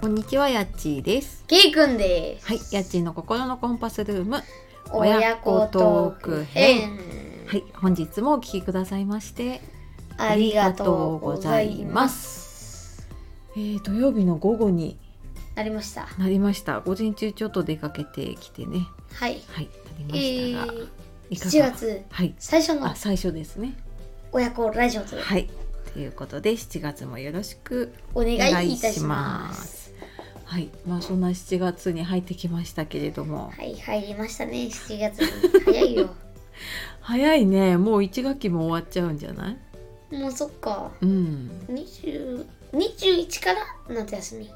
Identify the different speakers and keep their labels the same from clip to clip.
Speaker 1: こんにちは、やっちーです。
Speaker 2: ケイくんです。
Speaker 1: はい、やっちーの心のコンパスルーム。は
Speaker 2: 親子トーク編。
Speaker 1: い、本日もお聞きくださいまして。
Speaker 2: ありがとうございます。
Speaker 1: えー、土曜日の午後に
Speaker 2: なりました。
Speaker 1: なりました。午前中ちょっと出かけてきてね。
Speaker 2: はい。
Speaker 1: はい、な
Speaker 2: え
Speaker 1: りましたが。
Speaker 2: ー、
Speaker 1: いかが
Speaker 2: 7。月
Speaker 1: はい。
Speaker 2: 最初の
Speaker 1: あ、最初ですね。
Speaker 2: 親子ラジオと
Speaker 1: はい。ということで、7月もよろしく。
Speaker 2: お願いいたし
Speaker 1: お願
Speaker 2: ま。
Speaker 1: いしますはい、まあ、そんな7月に入ってきましたけれども。
Speaker 2: はい、入りましたね。7月に早いよ。
Speaker 1: 早いね、もう1学期も終わっちゃうんじゃない。
Speaker 2: もうそっか。
Speaker 1: うん。
Speaker 2: 20 21から夏休み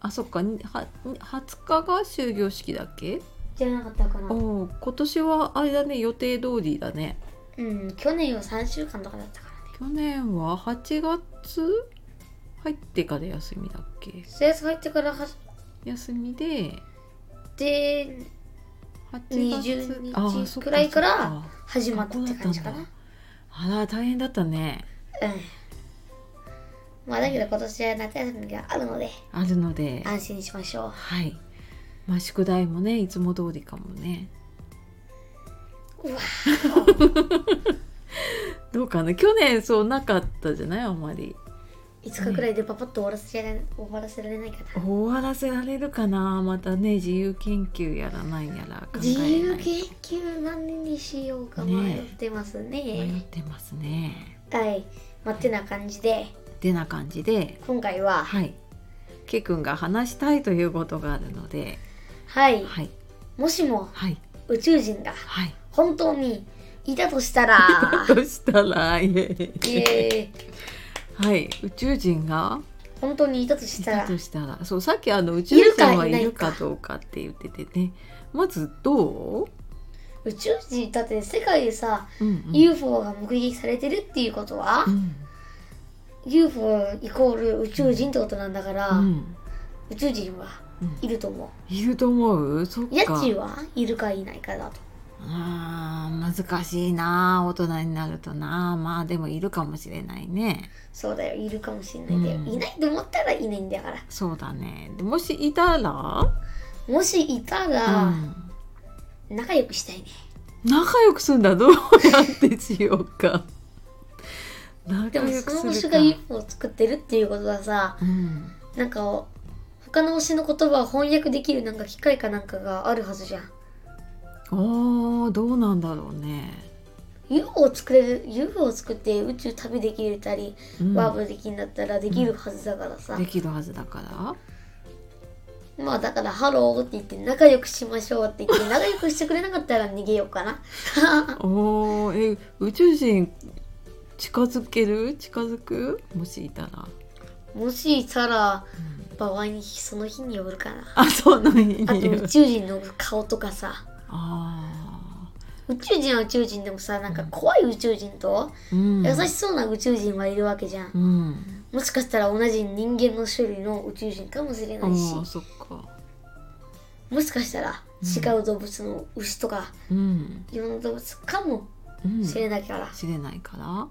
Speaker 1: あそっかには20日が終業式だっけ、
Speaker 2: じゃなかったかな。
Speaker 1: おお今年はあれだね予定通りだね
Speaker 2: うん、去年は3週間とかだったから
Speaker 1: 去
Speaker 2: ね。
Speaker 1: 年は8月入ってから休みだっけ
Speaker 2: 制作入ってからは
Speaker 1: 休みで
Speaker 2: で
Speaker 1: 8月
Speaker 2: 20日
Speaker 1: あーそっ
Speaker 2: くらいから
Speaker 1: そっ
Speaker 2: 始まったって感じかな。
Speaker 1: あら大変だったね
Speaker 2: うん。まあだけど今年は夏休みがあるので
Speaker 1: あるので
Speaker 2: 安心しま しょ
Speaker 1: はいまあ宿題もねいつも通りかもね
Speaker 2: う。うわ、
Speaker 1: どうかな去年そうなかったじゃないあんまり
Speaker 2: 5日くらいでパパッと終わらせられ終わらせられないかな。
Speaker 1: 終わらせられるかなまたね自由研究やらなんやら考えない
Speaker 2: 自由研究何にしようか迷ってますね。
Speaker 1: 迷ってますね。
Speaker 2: はい。まあてな感じで
Speaker 1: てな感じで、
Speaker 2: 今回ははい、
Speaker 1: はい。ケイ君が話したいということがあるので、はい、
Speaker 2: もしも
Speaker 1: はい、
Speaker 2: 宇宙人が
Speaker 1: はい。、
Speaker 2: 本当にいたとしたら
Speaker 1: どうした ら、いえ
Speaker 2: イエーイ
Speaker 1: はい、宇宙人が
Speaker 2: 本当にいたとし
Speaker 1: い
Speaker 2: た
Speaker 1: た
Speaker 2: ら
Speaker 1: としたら、そうさっきあの宇宙
Speaker 2: いる
Speaker 1: 人
Speaker 2: か
Speaker 1: はい
Speaker 2: いないか
Speaker 1: るかどうかって言っててね、まずどう？
Speaker 2: 宇宙人だって世界でさ
Speaker 1: うんうん、
Speaker 2: UFO が目撃されてるっていうことは、
Speaker 1: うん、
Speaker 2: UFO イコール宇宙人ってことなんだから、
Speaker 1: うん、
Speaker 2: 宇宙人は
Speaker 1: うん
Speaker 2: いると思
Speaker 1: いると思う？そっ
Speaker 2: う。家
Speaker 1: か。
Speaker 2: 賃はいるかいないかだと。
Speaker 1: あー難しいな大人になるとなまあでもいるかもしれないね
Speaker 2: そうだよ、いるかもしれないだよ。
Speaker 1: うん
Speaker 2: いないと思ったらいないんだから。
Speaker 1: そうだねでもしいたら
Speaker 2: もしいた
Speaker 1: う
Speaker 2: ら、
Speaker 1: ん
Speaker 2: 仲良くしたいね。
Speaker 1: 仲良くするんだどうやってしようか
Speaker 2: で
Speaker 1: 仲
Speaker 2: も
Speaker 1: 良く
Speaker 2: その
Speaker 1: す
Speaker 2: 星
Speaker 1: る
Speaker 2: が
Speaker 1: か
Speaker 2: UFO を作ってるっていうことはさ、
Speaker 1: うん、
Speaker 2: なんか、他の星の言葉を翻訳できるなんか機械かなんかがあるはずじゃん。
Speaker 1: あーどうなんだろうね、
Speaker 2: UFO を作れる、UFO を作って宇宙旅できるたり、
Speaker 1: うん
Speaker 2: ワープできるんだったらできるはずだからさ。
Speaker 1: できるはずだから
Speaker 2: まあだからハローって言って仲良くしましょうって言って仲良くしてくれなかったら逃げようかな。
Speaker 1: おーえ宇宙人近づける近づくもしいたら、
Speaker 2: もしいたら
Speaker 1: うん
Speaker 2: 場合にその日による かな。
Speaker 1: あそうなんや
Speaker 2: あと宇宙人の顔とかさ。
Speaker 1: あ
Speaker 2: 宇宙人は宇宙人でもさなんか怖い宇宙人と
Speaker 1: ー、うん、
Speaker 2: 優しそうな宇宙人はいるわけじゃん。
Speaker 1: うん、
Speaker 2: もしかしたら同じ人間の種類の宇宙人かもしれ
Speaker 1: あ
Speaker 2: ないし
Speaker 1: ー、そっか、
Speaker 2: もしかしたら違う動物の牛とか
Speaker 1: うん
Speaker 2: いろんな動物かも
Speaker 1: うん、
Speaker 2: しれないから。
Speaker 1: 知れないから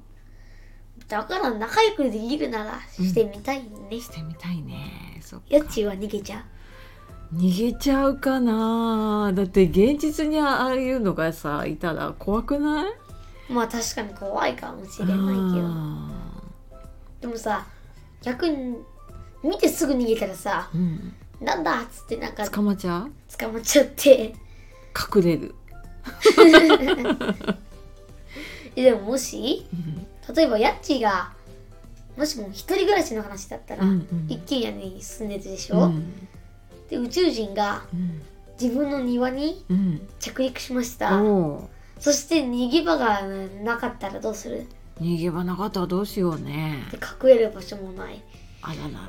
Speaker 2: だから仲良くできるならしてみたいね。
Speaker 1: してみたいねそっか
Speaker 2: 家賃は逃げちゃう。
Speaker 1: 逃げちゃうかなだって現実にああいうのがさいたら怖くない
Speaker 2: まあ確かに怖いかもしれないけど
Speaker 1: あ
Speaker 2: でもさ逆に見てすぐ逃げたらさ
Speaker 1: ーうん
Speaker 2: 「なんだ!」っつってなんか
Speaker 1: 捕まっちゃう
Speaker 2: 捕まっちゃって
Speaker 1: 隠れる、
Speaker 2: でももし
Speaker 1: うん
Speaker 2: 例えばヤッチーがもしも一人暮らしの話だったら、
Speaker 1: うんうん
Speaker 2: 一軒家に住んでるでし
Speaker 1: う
Speaker 2: ょ、
Speaker 1: ん
Speaker 2: で宇宙人が
Speaker 1: うん
Speaker 2: 自分の庭に
Speaker 1: うん
Speaker 2: 着陸しました
Speaker 1: おう
Speaker 2: そして逃げ場がなかったらどうするで
Speaker 1: 逃げ場なかったらどうしようね
Speaker 2: 隠れる場所もない
Speaker 1: あららら ら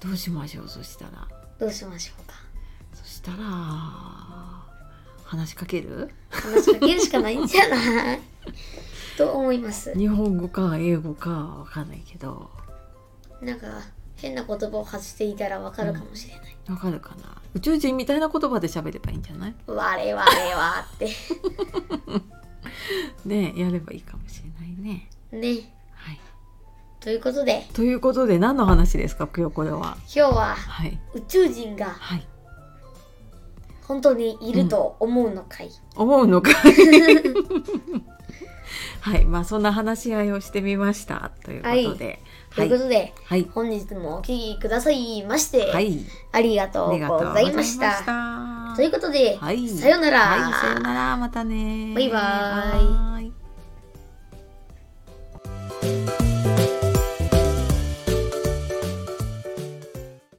Speaker 1: どうしましょうそしたら
Speaker 2: どうしましょうか
Speaker 1: そしたら話しかける
Speaker 2: 話しかけるしかないんじゃない と思います
Speaker 1: 日本語か英語かわかんないけど
Speaker 2: なんか変な言葉を発していたらわかるかもしれない、
Speaker 1: わかるかな宇宙人みたいな言葉で喋ればいいんじゃない
Speaker 2: 我々はって
Speaker 1: ねやればいいかもしれないね
Speaker 2: ね
Speaker 1: はい
Speaker 2: ということで
Speaker 1: ということで何の話ですか今日これは
Speaker 2: 今日は
Speaker 1: はい
Speaker 2: 宇宙人が
Speaker 1: はい
Speaker 2: 本当にいると思うのかい、
Speaker 1: 思うのかいはい まあそんな話し合いをしてみましたということで
Speaker 2: と
Speaker 1: はいいう
Speaker 2: ことで
Speaker 1: はい
Speaker 2: 本日もお聞きくださいまして、
Speaker 1: はい
Speaker 2: ありがと
Speaker 1: あ
Speaker 2: う
Speaker 1: りがとう
Speaker 2: ご
Speaker 1: ござ
Speaker 2: ざ
Speaker 1: い
Speaker 2: い
Speaker 1: ま
Speaker 2: まし
Speaker 1: したた
Speaker 2: ということで、
Speaker 1: はい
Speaker 2: さよなら、
Speaker 1: はいさよならまたね
Speaker 2: バイバー
Speaker 1: イ
Speaker 2: イ